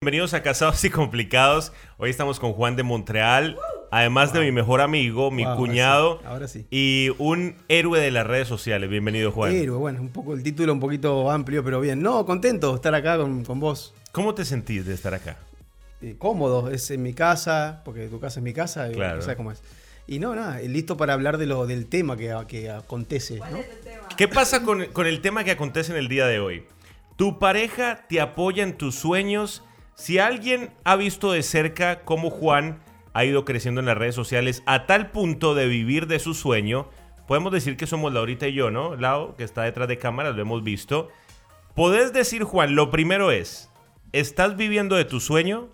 Bienvenidos a Casados y Complicados. Hoy estamos con Juan de Montreal, además de mi mejor amigo, mi Wow, ahora cuñado sí, ahora sí. y un héroe de las redes sociales. Bienvenido, Juan. Héroe, bueno, un poco el título un poquito amplio, pero bien. No, contento de estar acá con, con vos. ¿Cómo te sentís de estar acá? Eh, cómodo, es en mi casa, porque tu casa es mi casa, y Claro. no sabes cómo es. Y no, nada, y listo para hablar de lo, del tema que, que acontece, ¿no? ¿Qué pasa con, con el tema que acontece en el día de hoy? Tu pareja te apoya en tus sueños. Si alguien ha visto de cerca cómo Juan ha ido creciendo en las redes sociales a tal punto de vivir de su sueño, podemos decir que somos Laurita y yo, ¿no? Lau, que está detrás de cámaras, lo hemos visto. Podés decir, Juan, lo primero es, ¿estás viviendo de tu sueño?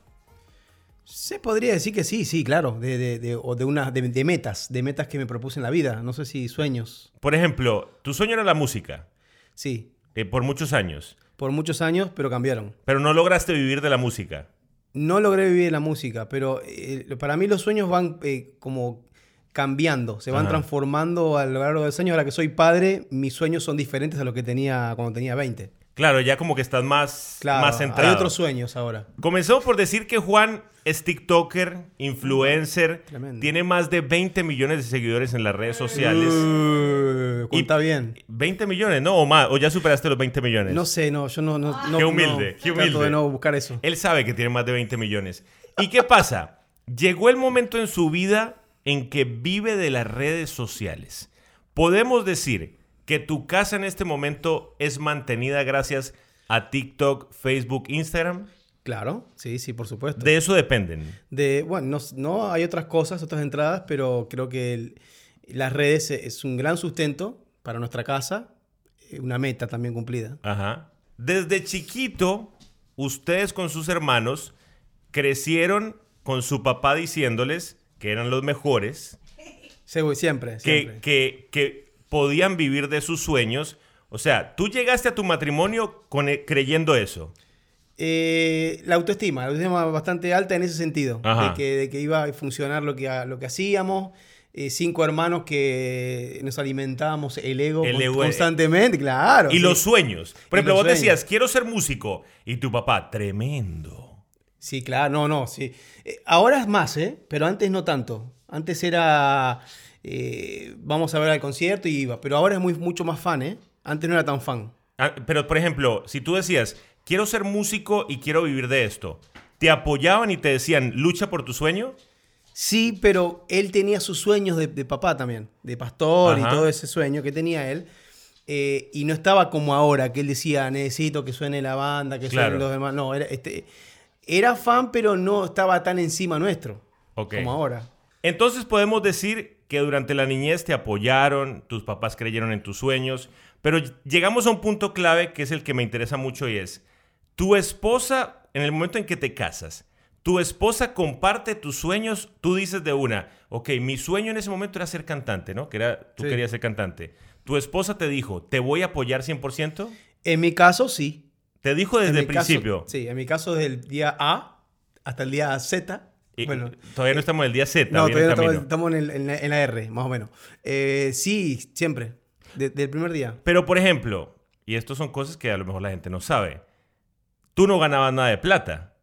Se podría decir que sí, sí, claro, de, de, de- o de, una, de, de metas, de metas que me propuse en la vida, no sé si sueños. Por ejemplo, tu sueño era la música, Sí, eh, por muchos años, por muchos años, pero cambiaron. pero no lograste vivir de la música. No logré vivir la música, pero eh, para mí los sueños van eh, como cambiando, se van Ajá. transformando a lo largo de los años. Ahora que soy padre, mis sueños son diferentes a los que tenía cuando tenía 20. Claro, ya como que estás más, Claro, más centrado. hay otros sueños ahora. Comenzó por decir que Juan es TikToker, influencer, Mm, Tremendo. tiene más de 20 millones de seguidores en las redes sociales. Uh, contá bien. 20 millones, ¿no? O más, o ya superaste los 20 millones. No sé, no, yo no... no, no Qué humilde, no, qué Trato humilde. de no buscar eso. Él sabe que tiene más de 20 millones. ¿Y qué pasa? Llegó el momento en su vida en que vive de las redes sociales. Podemos decir que tu casa en este momento es mantenida gracias a TikTok, Facebook, Instagram. Claro, sí, sí, por supuesto. De eso dependen. De, bueno, no, no, hay otras cosas, otras entradas, pero creo que el- las redes e- es un gran sustento para nuestra casa, eh, una meta también cumplida. Ajá. Desde chiquito, ustedes con sus hermanos crecieron con su papá diciéndoles que eran los mejores, Segu- Siempre, que, siempre. que, que podían vivir de sus sueños. O sea, tú llegaste a tu matrimonio con, e, creyendo eso. Eh, la autoestima, la autoestima bastante alta en ese sentido, Ajá. de que, de que iba a funcionar lo que, ha- lo que hacíamos. eh, cinco hermanos que nos alimentábamos el ego, El con- ego, eh. constantemente, claro. Y sí. los sueños. Por Y ejemplo, los vos decías, sueños. quiero ser músico. Y tu papá, tremendo. Sí, claro, no, no, sí. Eh, ahora es más, ¿eh? Pero antes no tanto. Antes era, eh, vamos a ver al concierto y iba, pero ahora es muy, mucho más fan, ¿eh? Antes no era tan fan. Ah, pero, por ejemplo, si tú decías, quiero ser músico y quiero vivir de esto, ¿te apoyaban y te decían, lucha por tu sueño? Sí, pero él tenía sus sueños de, de papá también, de pastor Ajá. y todo ese sueño que tenía él. eh, y no estaba como ahora, que él decía, necesito que suene la banda, que Claro. suenen los demás. No, era, este, era fan, pero no estaba tan encima nuestro Ok. como ahora. Entonces podemos decir que durante la niñez te apoyaron, tus papás creyeron en tus sueños, pero llegamos a un punto clave que es el que me interesa mucho y es, tu esposa, en el momento en que te casas, tu esposa comparte tus sueños, tú dices de una, ok, mi sueño en ese momento era ser cantante, ¿no? Que era, tú Sí. querías ser cantante. Tu esposa te dijo, ¿te voy a apoyar 100%? En mi caso, sí. Te dijo En desde el mi caso- principio. sí, en mi caso desde el día A hasta el día Z. Y- bueno, eh, todavía no estamos en el día Z. no, viene el todavía no estamos, camino. estamos en, el- en la, en la R, más o menos. Eh, sí, siempre. de- Desde el primer día. Pero, por ejemplo, y esto son cosas que a lo mejor la gente no sabe, tú no ganabas nada de plata.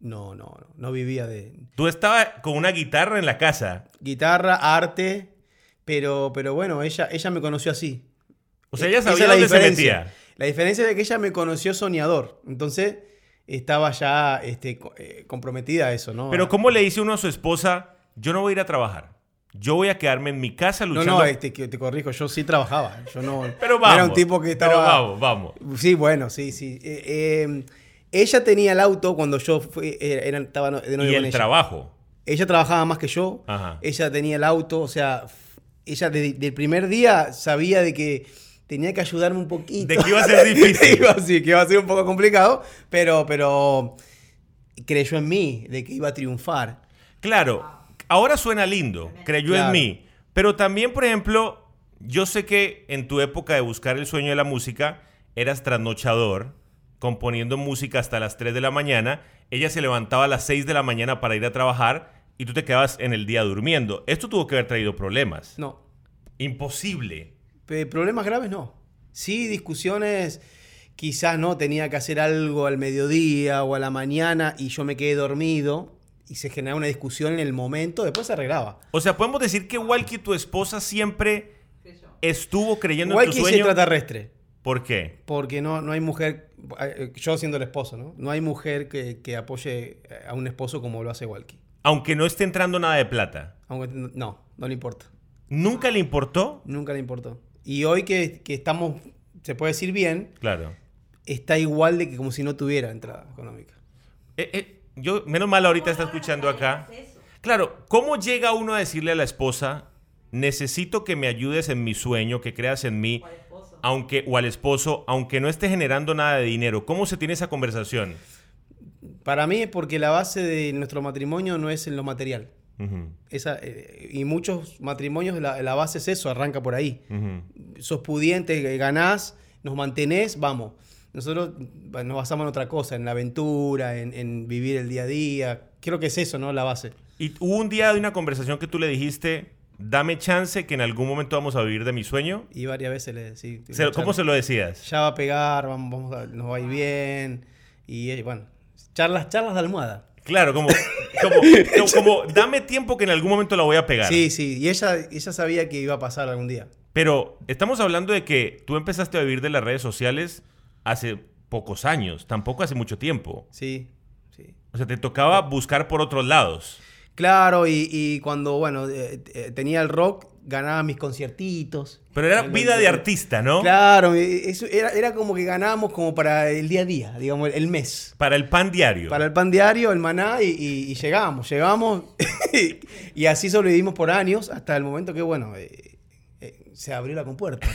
No, no, no. No vivía de Tú estabas con una guitarra en la casa. guitarra, arte, pero, pero bueno, ella, ella me conoció así. O sea, Eh, ella esa sabía es la dónde se diferencia. metía. La diferencia es que ella me conoció soñador. Entonces estaba ya este, co- eh, comprometida a eso, ¿no? Pero, ¿cómo le dice uno a su esposa, yo no voy a ir a trabajar? Yo voy a quedarme en mi casa No, luchando. no, este, que te corrijo, yo sí trabajaba. Yo no, pero no vamos. era un tipo que estaba... Pero vamos, vamos. Sí, bueno, sí, sí. Eh, eh, ella tenía el auto cuando yo fui, era- era- estaba no- de novio Y el con ella. trabajo. Ella trabajaba más que yo. Ajá. Ella tenía el auto, o sea, f- ella desde el primer día sabía de que tenía que ayudarme un poquito. De que iba a ser difícil. Iba- sí, que iba a ser un poco complicado, pero, pero creyó en mí, de que iba a triunfar. Claro, ahora suena lindo, creyó en Claro. mí, pero también, por ejemplo, yo sé que en tu época de buscar el sueño de la música, eras trasnochador, componiendo música hasta las 3 de la mañana, ella se levantaba a las 6 de la mañana para ir a trabajar y tú te quedabas en el día durmiendo. Esto tuvo que haber traído problemas. No, Imposible. Pe- Problemas graves no. Sí, discusiones quizás no tenía que hacer algo al mediodía o a la mañana y yo me quedé dormido y se generaba una discusión en el momento, después se arreglaba. O sea, podemos decir que Walkie, tu esposa, siempre estuvo creyendo en tu Walkie es sueño. extraterrestre, ¿Por qué? porque no, no hay mujer, eh, yo siendo el esposo, ¿no? No hay mujer que, que apoye eh, a un esposo como lo hace Walkie. Aunque no esté entrando nada de plata. Aunque no, no le importa. ¿Nunca le importó? Nunca le importó. Y hoy que, que estamos, se puede decir bien, Claro. está igual de que como si no tuviera entrada económica. Eh, eh, yo, menos mal ahorita está escuchando acá. Claro, ¿cómo llega uno a decirle a la esposa, necesito que me ayudes en mi sueño, que creas en mí, aunque, o al esposo, aunque no esté generando nada de dinero? ¿Cómo se tiene esa conversación? Para mí es porque la base de nuestro matrimonio no es en lo material. Ujú, Esa, eh, y muchos matrimonios la, la base es eso, arranca por ahí. ujú. Sos pudiente, eh, ganás, nos mantenés, vamos. Nosotros eh, nos basamos en otra cosa, en la aventura, en, en vivir el día a día. Creo que es eso, ¿no? La base. Y hubo un día de una conversación que tú le dijiste, dame chance que en algún momento vamos a vivir de mi sueño. Y varias veces le sí, Se- ¿Cómo se lo decías? Ya va a pegar, vamos, vamos a- nos va a ir bien. Y eh, bueno, charlas, charlas de almohada. Claro, como, como, como- como, dame tiempo que en algún momento la voy a pegar. Sí, sí. Y ella, ella sabía que iba a pasar algún día. Pero estamos hablando de que tú empezaste a vivir de las redes sociales hace pocos años, tampoco hace mucho tiempo. Sí, sí. O sea, te tocaba buscar por otros lados. Claro, y, y cuando, bueno, eh, eh, tenía el rock, ganaba mis conciertitos. Pero era Algo vida de que- artista, ¿no? Claro, eh, eso era, era como que ganábamos como para el día a día, digamos, el mes. Para el pan diario. Para el pan diario, el maná, y, y- y llegábamos, llegábamos, y así sobrevivimos por años hasta el momento que, bueno, eh, eh, se abrió la compuerta.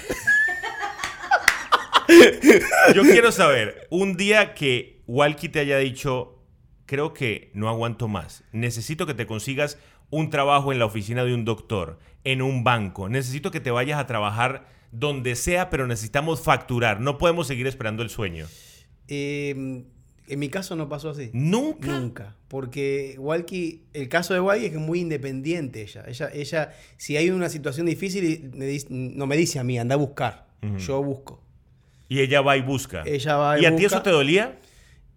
Yo quiero saber, un día que Walkie te haya dicho, creo que no aguanto más, necesito que te consigas un trabajo en la oficina de un doctor, en un banco, necesito que te vayas a trabajar donde sea, pero necesitamos facturar, no podemos seguir esperando el sueño. Eh, en mi caso no pasó así. Nunca. Nunca. Porque Walkie, el caso de Walkie es que es muy independiente ella. Ella, ella si hay una situación difícil, me dice- no me dice a mí, anda a buscar. Yo busco. Y ella va y busca. Ella va y ¿Y a ti busca. eso te dolía?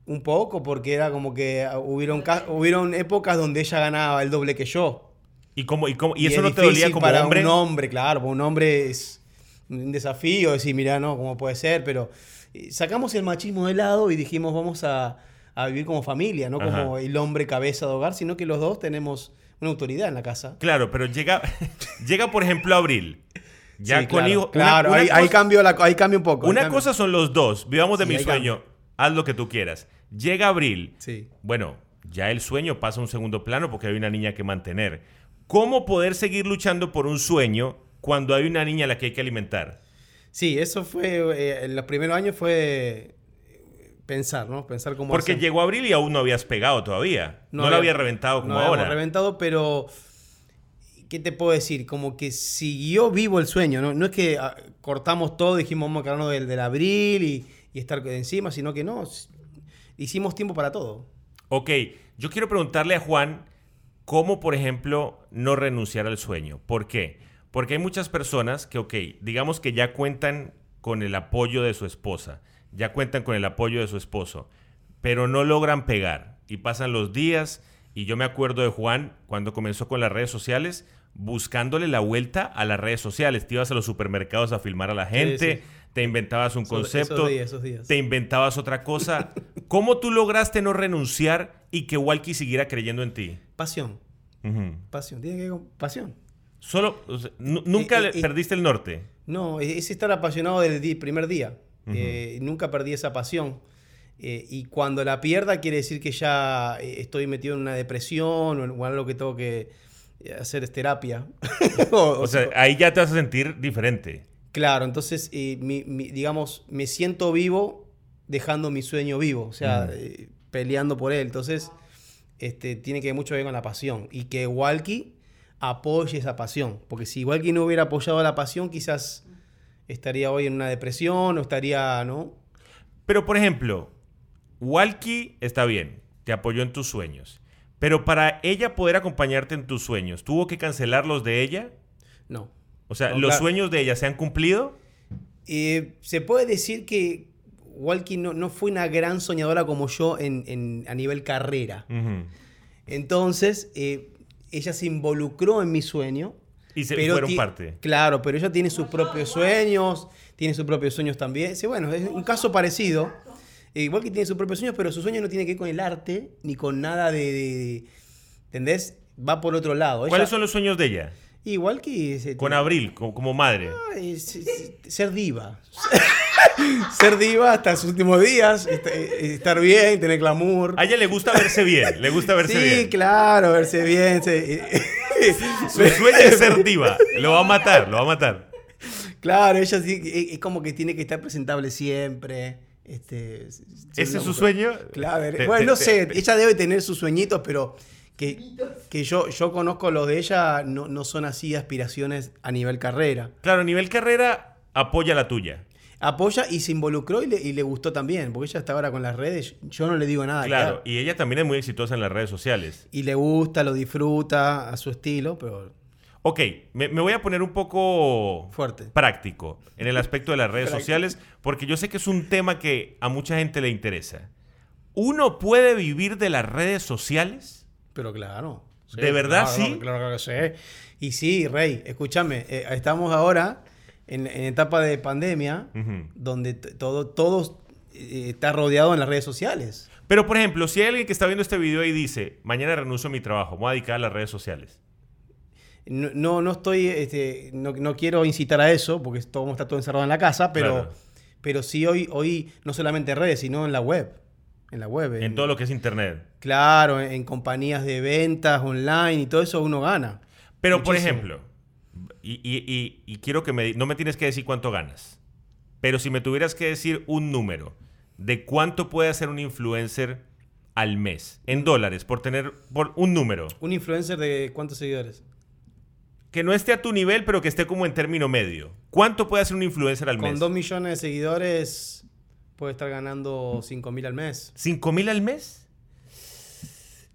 Un poco, porque era como que ah, hubieron, ca- hubieron épocas donde ella ganaba el doble que yo. ¿Y, cómo, y, cómo- y eso es no te dolía difícil como para hombre? un hombre, claro. Para un hombre es un desafío decir, mira, no, cómo puede ser, pero eh, sacamos el machismo de lado y dijimos, vamos a, a vivir como familia, no como Ajá. el hombre cabeza de hogar, sino que los dos tenemos una autoridad en la casa. Claro, pero llega, llega por ejemplo, abril. Ya Sí, con claro, hijo- una- Claro, una ahí, ahí cosa- cambio la- ahí cambio un poco. ahí Una cambio. cosa son los dos. Vivamos de Sí, mi ahí sueño. Haz lo que tú quieras. Llega abril. Sí. Bueno, ya el sueño pasa a un segundo plano porque hay una niña que mantener. ¿Cómo poder seguir luchando por un sueño cuando hay una niña a la que hay que alimentar? Sí, eso fue, eh, en los primeros años fue eh, pensar, ¿no? Pensar cómo Porque hacer. llegó abril y aún no habías pegado todavía. No, lo habías reventado como no habíamos ahora. reventado, pero ¿qué te puedo decir? Como que siguió vivo el sueño, ¿no? No es que ah, cortamos todo, dijimos vamos a quedarnos del, del abril y, y estar encima, sino que no, s- hicimos tiempo para todo. Ok, yo quiero preguntarle a Juan cómo, por ejemplo, no renunciar al sueño. ¿Por qué? Porque hay muchas personas que, ok, digamos que ya cuentan con el apoyo de su esposa, ya cuentan con el apoyo de su esposo, pero no logran pegar y pasan los días. Y yo me acuerdo de Juan cuando comenzó con las redes sociales, buscándole la vuelta a las redes sociales. Te ibas a los supermercados a filmar a la gente, sí. te inventabas un Esos- concepto Esos días, esos días. te inventabas otra cosa. ¿Cómo tú lograste no renunciar y que Walkie siguiera creyendo en ti? Pasión, Ujú. pasión, tiene que ver con pasión. Solo, o sea, nu- nunca Eh, le- eh, eh. perdiste el norte. No, e-, es es estar apasionado desde el di- primer día. Eh, nunca perdí esa pasión. Eh, y cuando la pierda quiere decir que ya eh, estoy metido en una depresión o en o algo que tengo que eh, hacer es terapia. O- o O sea, ahí ya te vas a sentir diferente. Claro, entonces, eh, mi- mi- digamos, me siento vivo dejando mi sueño vivo, o sea, eh, peleando por él. Entonces, este, tiene que mucho ver con la pasión y que Walkie apoye esa pasión, porque si Walkie no hubiera apoyado la pasión, quizás estaría hoy en una depresión o estaría, ¿no? Pero, por ejemplo, Walkie está bien, te apoyó en tus sueños. Pero para ella poder acompañarte en tus sueños, ¿tuvo que cancelar los de ella? No. O sea, No, ¿los claro. sueños de ella se han cumplido? Eh, se puede decir que Walkie no, no fue una gran soñadora como yo en, en- a nivel carrera. Ujú. Entonces, eh, ella se involucró en mi sueño. Y se fueron ti- parte. Claro, pero ella tiene sus propios sueños, tiene sus propios sueños también. Sí, bueno, es un caso parecido. Eh, Igual que tiene sus propios sueños, pero su sueño no tiene que ver con el arte ni con nada de. de- ¿Entendés? Va por otro lado. Ella- ¿Cuáles son los sueños de ella? Igual que. se- Con Abril, co- como, madre. Ay, se- se- ser diva. ser diva hasta sus últimos días, est- eh, estar bien, tener glamour. A ella le gusta verse bien, le gusta verse sí, bien. claro, verse bien. se- eh, Su sueño es ser diva. Lo va a matar, lo va a matar. Claro, ella sí, e, es- es como que tiene que estar presentable siempre. Este, ser ¿Ese una es su mujer- sueño? Claro, Te- bueno, te- no te- sé, te- ella debe tener sus sueñitos, pero que, que yo, yo conozco los de ella, no, no son así aspiraciones a nivel carrera. Claro, a nivel carrera, apoya la tuya. Apoya y se involucró y le, y le gustó también, porque ella está ahora con las redes, yo no le digo nada. Claro, y ella también es muy exitosa en las redes sociales. Y le gusta, lo disfruta a su estilo, pero Ok, me, me voy a poner un poco fuerte. práctico en el aspecto de las redes Práctico. sociales, porque yo sé que es un tema que a mucha gente le interesa. ¿Uno puede vivir de las redes sociales? Pero claro. ¿De verdad claro, sí? Claro, claro que sí. Y sí, Rey, escúchame, eh, estamos ahora en, en etapa de pandemia, Ujú. donde t- todo, todo eh, está rodeado en las redes sociales. Pero, por ejemplo, si hay alguien que está viendo este video y dice, mañana renuncio a mi trabajo, me voy a dedicar a las redes sociales. No, no, no estoy, este, no, no quiero incitar a eso, porque todo está todo encerrado en la casa, pero, Claro. pero sí hoy, hoy, no solamente en redes, sino en la web. En la web. En todo lo que es internet. Claro, en, en compañías de ventas online y todo eso uno gana. Pero, por Muchísimo. ejemplo, y, y- y- y quiero que me... di- No me tienes que decir cuánto ganas, pero si me tuvieras que decir un número de cuánto puede hacer un influencer al mes, en dólares, por tener por un número, Un influencer de cuántos seguidores? que no esté a tu nivel, pero que esté como en término medio. ¿Cuánto puede hacer un influencer al Con mes? 2 millones de seguidores puede estar ganando 5 mil al mes. ¿Cinco mil al mes?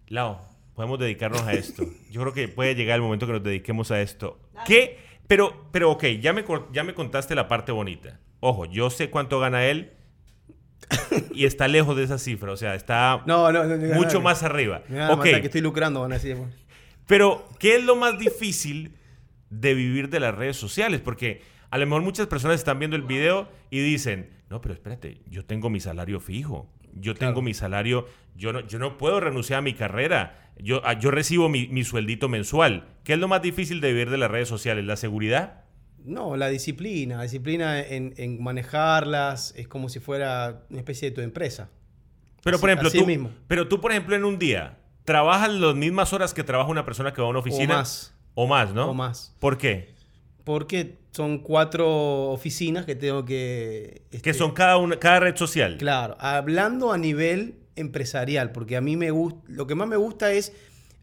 Lao, podemos dedicarnos a esto. Yo creo que puede llegar el momento que nos dediquemos a esto. ¿Qué? Pero, pero ok, ya me, cor- ya me contaste la parte bonita. Ojo, yo sé cuánto gana él y está lejos de esa cifra. O sea, está No, no, no, no, mucho no. más arriba. Me van a ok, matar que estoy lucrando, van a decir. bueno. pero ¿qué es lo más difícil de vivir de las redes sociales? Porque a lo mejor muchas personas están viendo el video y dicen, no, pero espérate, yo tengo mi salario fijo, yo tengo Claro. mi salario, yo no, yo no puedo renunciar a mi carrera, yo, ah, yo recibo mi, mi sueldito mensual. ¿Qué es lo más difícil de vivir de las redes sociales? ¿La seguridad? No, la disciplina, la disciplina en, en manejarlas es como si fuera una especie de tu empresa. Pero, por Así- ejemplo, así tú, mismo. pero tú, por ejemplo, en un día, ¿trabajas las mismas horas que trabaja una persona que va a una oficina? más. O más, ¿no? O más. ¿Por qué? Porque son cuatro oficinas que tengo que... Que este, son cada, una, cada red social. Claro, hablando a nivel empresarial, porque a mí me gusta, lo que más me gusta es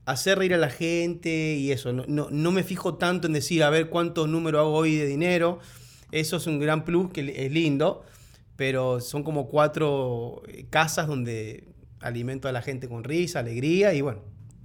hacer reír a la gente y eso. No, no, no me fijo tanto en decir, a ver cuántos números hago hoy de dinero. Eso es un gran plus que es lindo, pero son como cuatro eh, casas donde alimento a la gente con risa, alegría y bueno,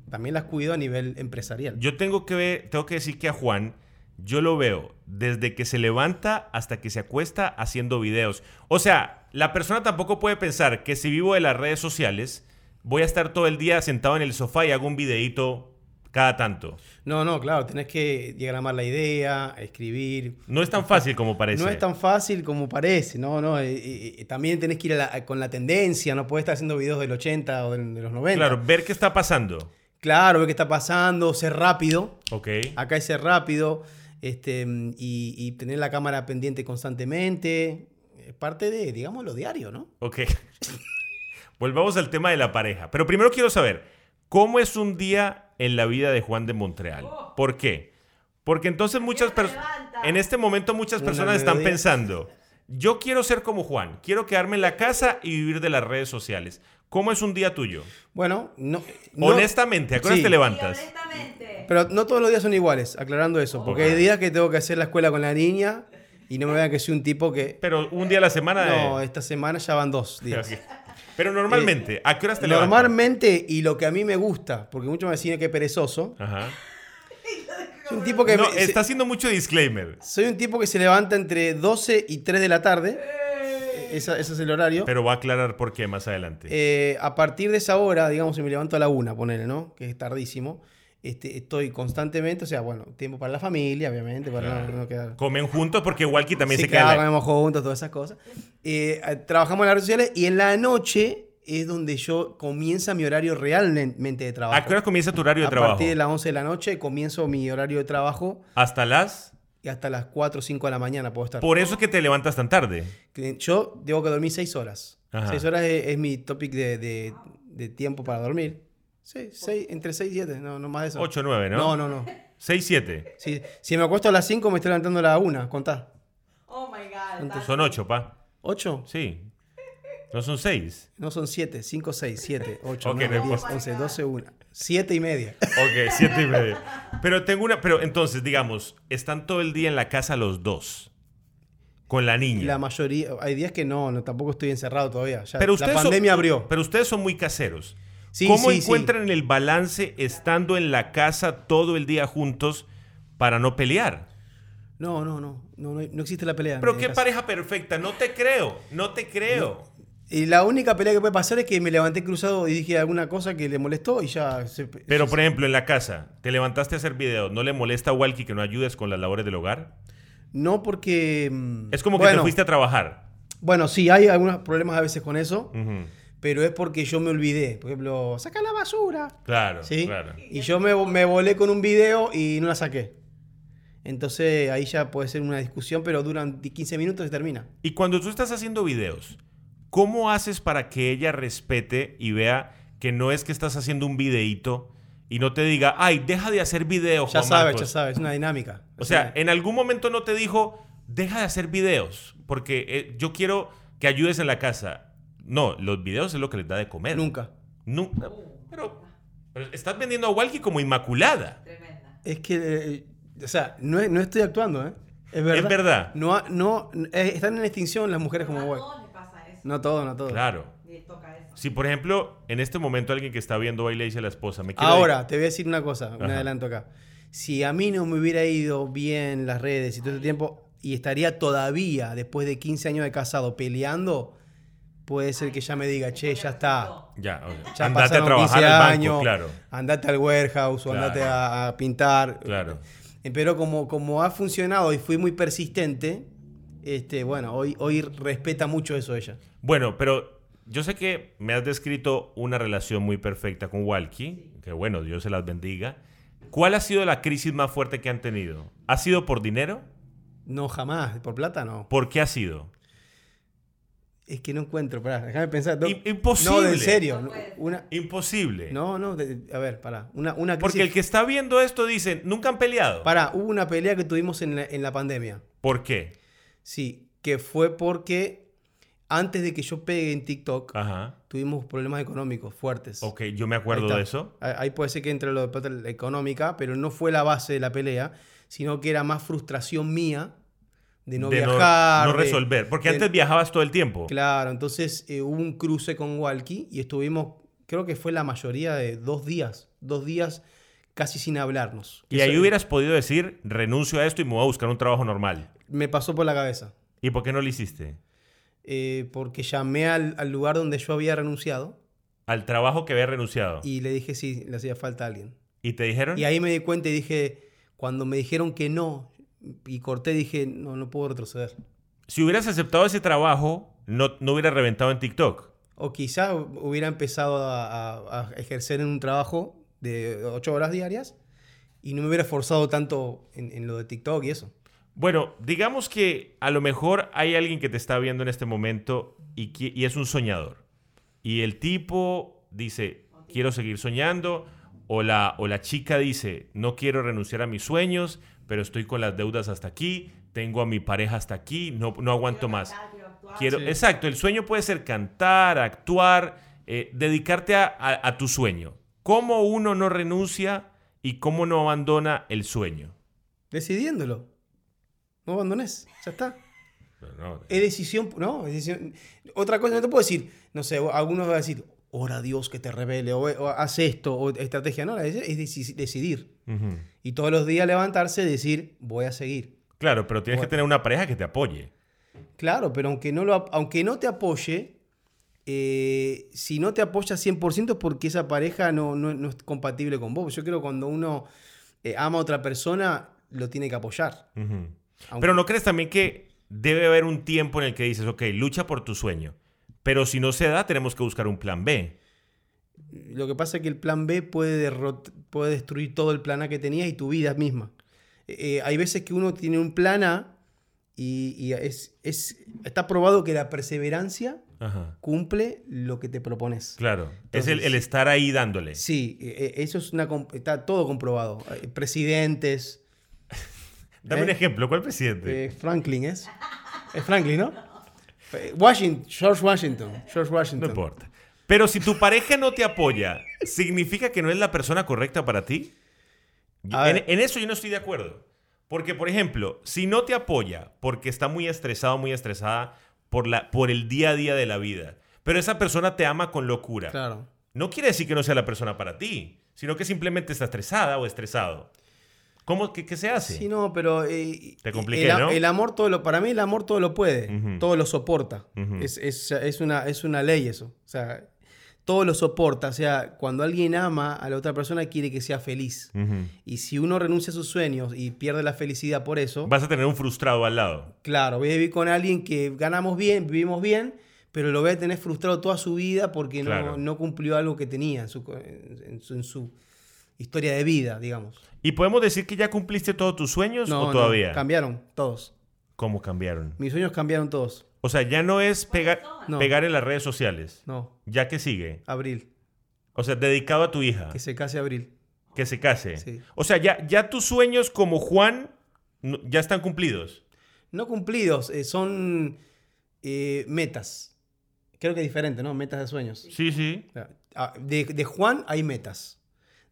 también las cuido a nivel empresarial. Yo tengo que ver, tengo que decir que a Juan yo lo veo desde que se levanta hasta que se acuesta haciendo videos. O sea, la persona tampoco puede pensar que si vivo de las redes sociales voy a estar todo el día sentado en el sofá y hago un videíto cada tanto. No, no, claro, tenés que diagramar la idea, escribir, No es tan fácil como parece. No es tan fácil como parece, no, no. eh, eh, eh, también tenés que ir a la- con la tendencia, no puedes estar haciendo videos del 80 o del- de los 90. Claro, ver qué está pasando. Claro, ver qué está pasando, ser rápido. Ok. Acá es ser rápido este, mm, y, y tener la cámara pendiente constantemente. Es parte de, digamos, lo diario, ¿no? Ok. Volvamos al tema de la pareja. Pero primero quiero saber, ¿cómo es un día en la vida de Juan de Montreal? ¿Por qué? Porque entonces muchas se personas... levanta? En este momento muchas Una personas están melodía. pensando, yo quiero ser como Juan, quiero quedarme en la casa y vivir de las redes sociales. ¿Cómo es un día tuyo? Bueno, no. no- Honestamente, ¿a qué horas Sí. te Y levantas? honestamente. Pero no todos los días son iguales, aclarando eso, porque Ok. hay días que tengo que hacer la escuela con la niña y no me vean que soy un tipo que. Pero un día a la semana... No, eh, eh. esta semana ya van dos días. Ok. Pero normalmente, ¿a qué horas te levantas? Normalmente, y lo que a mí me gusta, porque muchos me decían que perezoso, Ajá. soy un tipo que, No, me- se- está haciendo mucho disclaimer. soy un tipo que se levanta entre 12 y 3 de la tarde. esa- ese es el horario. Pero va a aclarar por qué más adelante. Eh, a partir de esa hora, digamos, si me levanto a la una, ponele, ¿no? Que es tardísimo. Este, estoy constantemente, o sea, bueno, tiempo para la familia, obviamente, para no- Claro. no, quedar. Comen juntos porque Walkie también Sí, se queda. claro, en la- comemos juntos, todas esas cosas. Eh, eh, trabajamos en las redes sociales y en la noche es donde yo comienza mi horario realmente de trabajo. ¿A qué hora comienza tu horario de a trabajo? partir de las 11 de la noche comienzo mi horario de trabajo Hasta las. y hasta las 4 o 5 de la mañana puedo estar. Por eso es que te levantas tan tarde. Que Yo tengo que dormir 6 horas. Ajá. 6 horas es, es mi topic de, de- de tiempo para dormir. Sí, seis- entre 6 y 7, no, no más de eso. 8, 9, ¿no? No, no, no. 6, 7. Si, si me acuesto a las 5 me estoy levantando a las 1, contá. Oh my god. Dani. Son 8, pa. ¿8? Sí. No son 6. No son 7, 5, 6, 7, 8, Ok, 9, no 10, importa. 11, 12, 1. 7 y media. Ok, 7 y medio. Pero tengo una. Pero entonces, digamos, están todo el día en la casa los dos. Con la niña. La mayoría, hay días que no, no tampoco estoy encerrado todavía. Ya, Pero la ustedes son- pandemia abrió. Pero ustedes son muy caseros. Sí, ¿Cómo sí, sí. encuentran el balance estando en la casa todo el día juntos para no pelear? No, no, no, no, no, no existe la pelea. Pero en qué casa. pareja perfecta, no te creo, no te creo. Y la única pelea que puede pasar es que me levanté cruzado y dije alguna cosa que le molestó y ya se- Pero por ejemplo, en la casa, te levantaste a hacer videos, ¿no le molesta a Walkie que no ayudes con las labores del hogar? No porque... mm, Es como que bueno, te fuiste a trabajar. Bueno, sí, hay algunos problemas a veces con eso, Ujú, pero es porque yo me olvidé. Por ejemplo, saca la basura. Claro, ¿Sí? claro. Y yo me, me volé con un video y no la saqué. Entonces ahí ya puede ser una discusión, pero duran 15 minutos y termina. Y cuando tú estás haciendo videos, ¿cómo haces para que ella respete y vea que no es que estás haciendo un videíto y no te diga, ay, deja de hacer videos, pues"? Ya Juan sabes, Marcos"? ya sabes, es una dinámica. O sea, en algún momento no te dijo, deja de hacer videos, porque eh, yo quiero que ayudes en la casa. No, los videos es lo que les da de comer. nunca. Nu- pero, pero estás vendiendo a Walkie como inmaculada. Tremenda. Es que, eh, o sea, no, es- no estoy actuando, ¿eh? Es verdad. Es verdad. No, ha- no, eh, están en extinción las mujeres como Pero vos. a todos les pasa eso. No todo, no todo. Claro. Y les toca eso. Si, por ejemplo, en este momento alguien que está viendo ahí le dice a la esposa, me quiero Ahora, te voy a decir una cosa, un Ajá. adelanto acá. Si a mí no me hubiera ido bien las redes y todo este tiempo, y estaría todavía, después de 15 años de casado, peleando, puede ser que ya me diga, che, ya está. dedicar-". Ya, o sea, andate Ya a pasaron trabajar 15 al banco, años, claro. andate al warehouse o Claro. andate a, a pintar. Claro. Eh, Pero como, como ha funcionado y fui muy persistente, este, bueno, hoy, hoy respeta mucho eso ella. Bueno, pero yo sé que me has descrito una relación muy perfecta con Walkie, que bueno, Dios se las bendiga. ¿Cuál ha sido la crisis más fuerte que han tenido? ¿Ha sido por dinero? No, jamás, por plata no. ¿Por qué ha sido? Es que no encuentro, pará, déjame pensar. no- I- imposible. No, en serio. No puede ser. Una, Imposible. no, no, de- a ver, pará. Una, una crisis. Porque el que está viendo esto dice, nunca han peleado. Pará, hubo una pelea que tuvimos en la, en la pandemia. ¿Por qué? Sí, que fue porque antes de que yo pegue en TikTok, Ajá. tuvimos problemas económicos fuertes. Ah. Ok, yo me Ahí acuerdo está. de eso. Ahí ahí puede ser que entre lo de plata económica, pero no fue la base de la pelea, sino que era más frustración mía de no de no- viajar. No, de- resolver. Porque de- antes viajabas todo el tiempo. Claro, entonces eh, hubo un cruce con Walkie y estuvimos, creo que fue la mayoría de dos días, dos días casi sin hablarnos. Y Eso ahí hubieras podido decir, renuncio a esto y me voy a buscar un trabajo normal. Me pasó por la cabeza, ¿Y por qué no lo hiciste? eh, porque llamé al, al lugar donde yo había renunciado Al trabajo que había renunciado. ¿Y, y le dije si le hacía falta a alguien. te dijeron? Y ahí me di cuenta y dije, cuando me dijeron que no y corté, dije, no, no puedo retroceder. Si hubieras aceptado ese trabajo, no, no hubieras reventado en TikTok. O quizá hu- hubiera empezado a, a- a ejercer en un trabajo de ocho horas diarias y no me hubiera forzado tanto en, en lo de TikTok y eso. Bueno, digamos que a lo mejor hay alguien que te está viendo en este momento y, qui- y es un soñador. Y el tipo dice, quiero seguir soñando. O la, o la chica dice, no quiero renunciar a mis sueños, pero estoy con las deudas hasta aquí, tengo a mi pareja hasta aquí, no, no aguanto Quiero más. cantar, quiero actuar. Quiero, Sí. Exacto, el sueño puede ser cantar, actuar, eh, dedicarte a, a- a tu sueño. ¿Cómo uno no renuncia y cómo no abandona el sueño? Decidiéndolo. No abandones, ya está. No, no. Es decisión, no, es decisión. Otra cosa, no te puedo decir, no sé, o- algunos van a decir, ora a Dios que te revele, o, o haz esto, o estrategia. No, la idea es deci- decidir. eh, Ujú. Y todos los días levantarse y decir, voy a seguir. Claro, pero tienes Bueno. que tener una pareja que te apoye. Claro, pero aunque no, lo, ap- aunque no te apoye, eh, si no te apoya 100% es porque esa pareja no, no- no es compatible con vos. Yo creo que cuando uno eh, ama a otra persona, lo tiene que apoyar. Ujú. Aunque- Pero ¿no crees también que debe haber un tiempo en el que dices, ok, lucha por tu sueño, pero si no se da, tenemos que buscar un plan B? Lo que pasa es que el plan B puede, derrot- puede destruir todo el plan A que tenías y tu vida misma. Eh, eh, hay veces que uno tiene un plan A y, y es, es- está probado que la perseverancia Ajá. cumple lo que te propones. Claro. es el, Entonces- el estar ahí dándole. Sí, eh, eh, eso es una comp- está todo comprobado. Eh, Presidentes, Dame un ¿Eh? ejemplo, ¿cuál presidente? eh, Franklin es. Es Franklin, ¿no? Eh, Washington, George Washington, George no Washington. importa. Pero si tu pareja no te apoya, ¿significa que no es la persona correcta para ti? Yo- A En, ver. en eso yo no estoy de acuerdo. Porque, por ejemplo, si no te apoya porque está muy estresado, muy estresada por, la, por el día a día de la vida, pero esa persona te ama con locura, Claro. no quiere decir que no sea la persona para ti, sino que simplemente está estresada o estresado. ¿Cómo? ¿Qué, qué se hace? Sí, no, pero. eh, Te compliqué, el, a- ¿no? el amor todo lo. Para mí, el amor todo lo puede. Ujú. Todo lo soporta. Ujú. es, es- es una, es una ley eso. O sea, todo lo soporta. O sea, cuando alguien ama a la otra persona, quiere que sea feliz. Ujú. Y si uno renuncia a sus sueños y pierde la felicidad por eso. Vas a tener un frustrado al lado. Claro, voy a vivir con alguien que ganamos bien, vivimos bien, pero lo voy a tener frustrado toda su vida porque no, Claro. no cumplió algo que tenía en su, en su- en su historia de vida, digamos. ¿Y podemos decir que ya cumpliste todos tus sueños No, o no, todavía? cambiaron todos. ¿Cómo cambiaron? Mis sueños cambiaron todos. O sea, ya no es pegar, No. pegar en las redes sociales. No, Ya que sigue. Abril. O sea, dedicado a tu hija. Que se case Abril. Que se case. Sí. O sea, ya, ya tus sueños como Juan no- ya están cumplidos. No cumplidos, eh, son eh, metas. Creo que es diferente, ¿no? Metas de sueños. Sí, sí. O sea, ah, De, de Juan hay metas.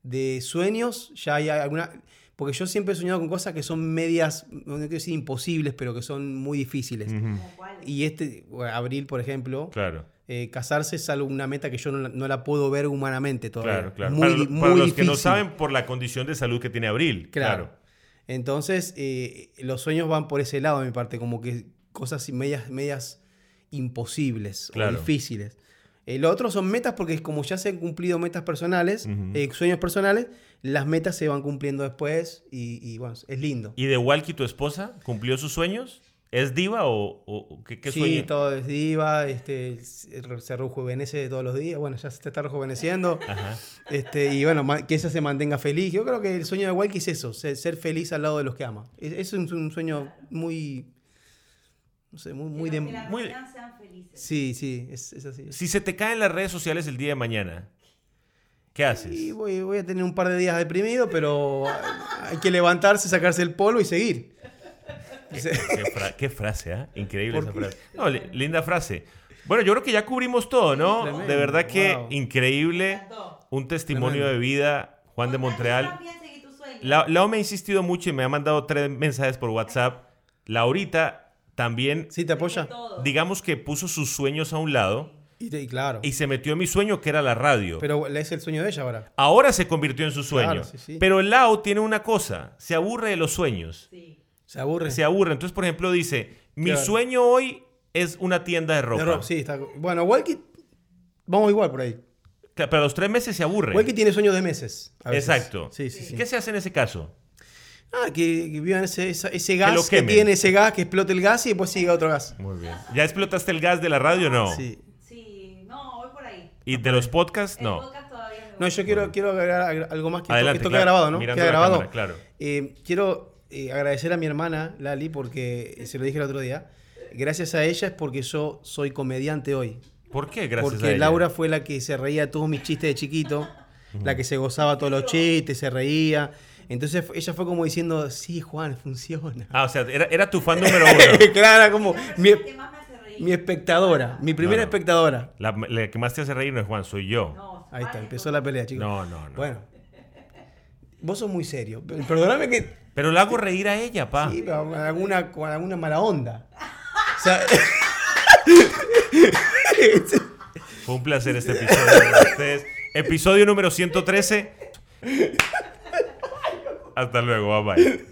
De sueños ya hay alguna... Porque yo siempre he soñado con cosas que son medias, no quiero decir imposibles, pero que son muy difíciles. Ujú. ¿Como cuál? Y este, bueno, abril, por ejemplo, Mm. Claro, eh, casarse es algo- una meta que yo no la, no la puedo ver humanamente claro, todavía. claro. Muy, para lo- di- para muy los que no difícil. saben, por la condición de salud que tiene Abril. Claro. Claro. Entonces, eh, los sueños van por ese lado de mi parte, como que cosas medias, medias imposibles Claro. o difíciles. El otro son metas porque como ya se han cumplido metas personales, Ujú. eh, sueños personales, las metas se van cumpliendo después y, y, bueno, es lindo. ¿Y de Walkie, tu esposa, cumplió sus sueños? ¿Es diva o, o- o qué, qué sí, sueño? todo es diva, este, se se rejuvenece todos los días, bueno, ya se te está rejuveneciendo, Ajá. este, y bueno, ma- que ella se mantenga feliz. Yo creo que el sueño de Walkie es eso, ser, ser feliz al lado de los que ama. Es, es un, un sueño muy, no sé, muy, muy Que de... los que la muy- rodean sean felices. Sí, sí, es, es así. Si se te caen las redes sociales el día de mañana, ¿qué haces? Y voy, voy a tener un par de días deprimido, pero hay que levantarse, sacarse el polvo y seguir. Qué, fra- qué frase, ¿ah? Increíble ¿Por esa qué? frase. No, li- linda frase. Bueno, yo creo que ya cubrimos todo, ¿no? Tremendo, de verdad que wow. Me increíble. encantó. Un testimonio Tremendo. de vida, Juan de Otra, Montreal. tú también seguí tus sueños. La- Lao me ha insistido mucho y me ha mandado tres mensajes por WhatsApp. Laurita también, ¿Sí te apoya? Todo. digamos que puso sus sueños a un lado Y, te- y claro. y se metió en mi sueño que era la radio. Pero es el sueño de ella ahora. Ahora se convirtió en su sueño. Claro, sí, sí. Pero Lao tiene una cosa, se aburre de los sueños. Sí. Se aburre. Se aburre. Entonces, por ejemplo, dice, mi Claro. sueño hoy es una tienda de De ropa. rock, sí, está- Bueno, Walkie, vamos igual por ahí. Claro, Pero a los tres meses se aburre. Walkie tiene sueños de meses. a veces. Exacto. Sí, sí, sí. ¿Qué se hace en ese caso? Ah, que, que vivan ese, esa- ese lo gas que, quemen. tiene, ese gas, que explote el gas y después siga otro gas. Muy bien. ¿Ya explotaste el gas de la radio o no? Sí. Sí, no, voy por ahí. ¿Y de los podcasts? El No. podcast todavía me No, gusta. yo quiero, quiero agregar agre- algo más que Adelante, esto, esto claro, queda grabado, ¿no? mirando Queda la grabado. cámara, claro. Eh, quiero eh, agradecer a mi hermana Lali porque se lo dije el otro día. Gracias a ella es porque yo soy comediante hoy. ¿Por qué? Gracias porque a ella. Laura fue la que se reía de todos mis chistes de chiquito, la que se gozaba todos los chistes, se reía. Entonces fu- ella fue como diciendo, sí, Juan, funciona. Ah, o sea, era, era tu fan número uno. claro, era como Pero mi, es la que más me hace reír. mi espectadora, mi primera No, no. espectadora. La, la que más te hace reír no es Juan, soy yo. No, No, Ahí está, vale, empezó la pelea, chicos. no, no. Bueno. Vos sos muy serio. Perdóname que Pero la hago reír a ella, pa. Sí, pero con alguna, con alguna mala onda. O sea, Fue un placer este episodio con ustedes. Episodio número 113. Hasta luego, bye bye.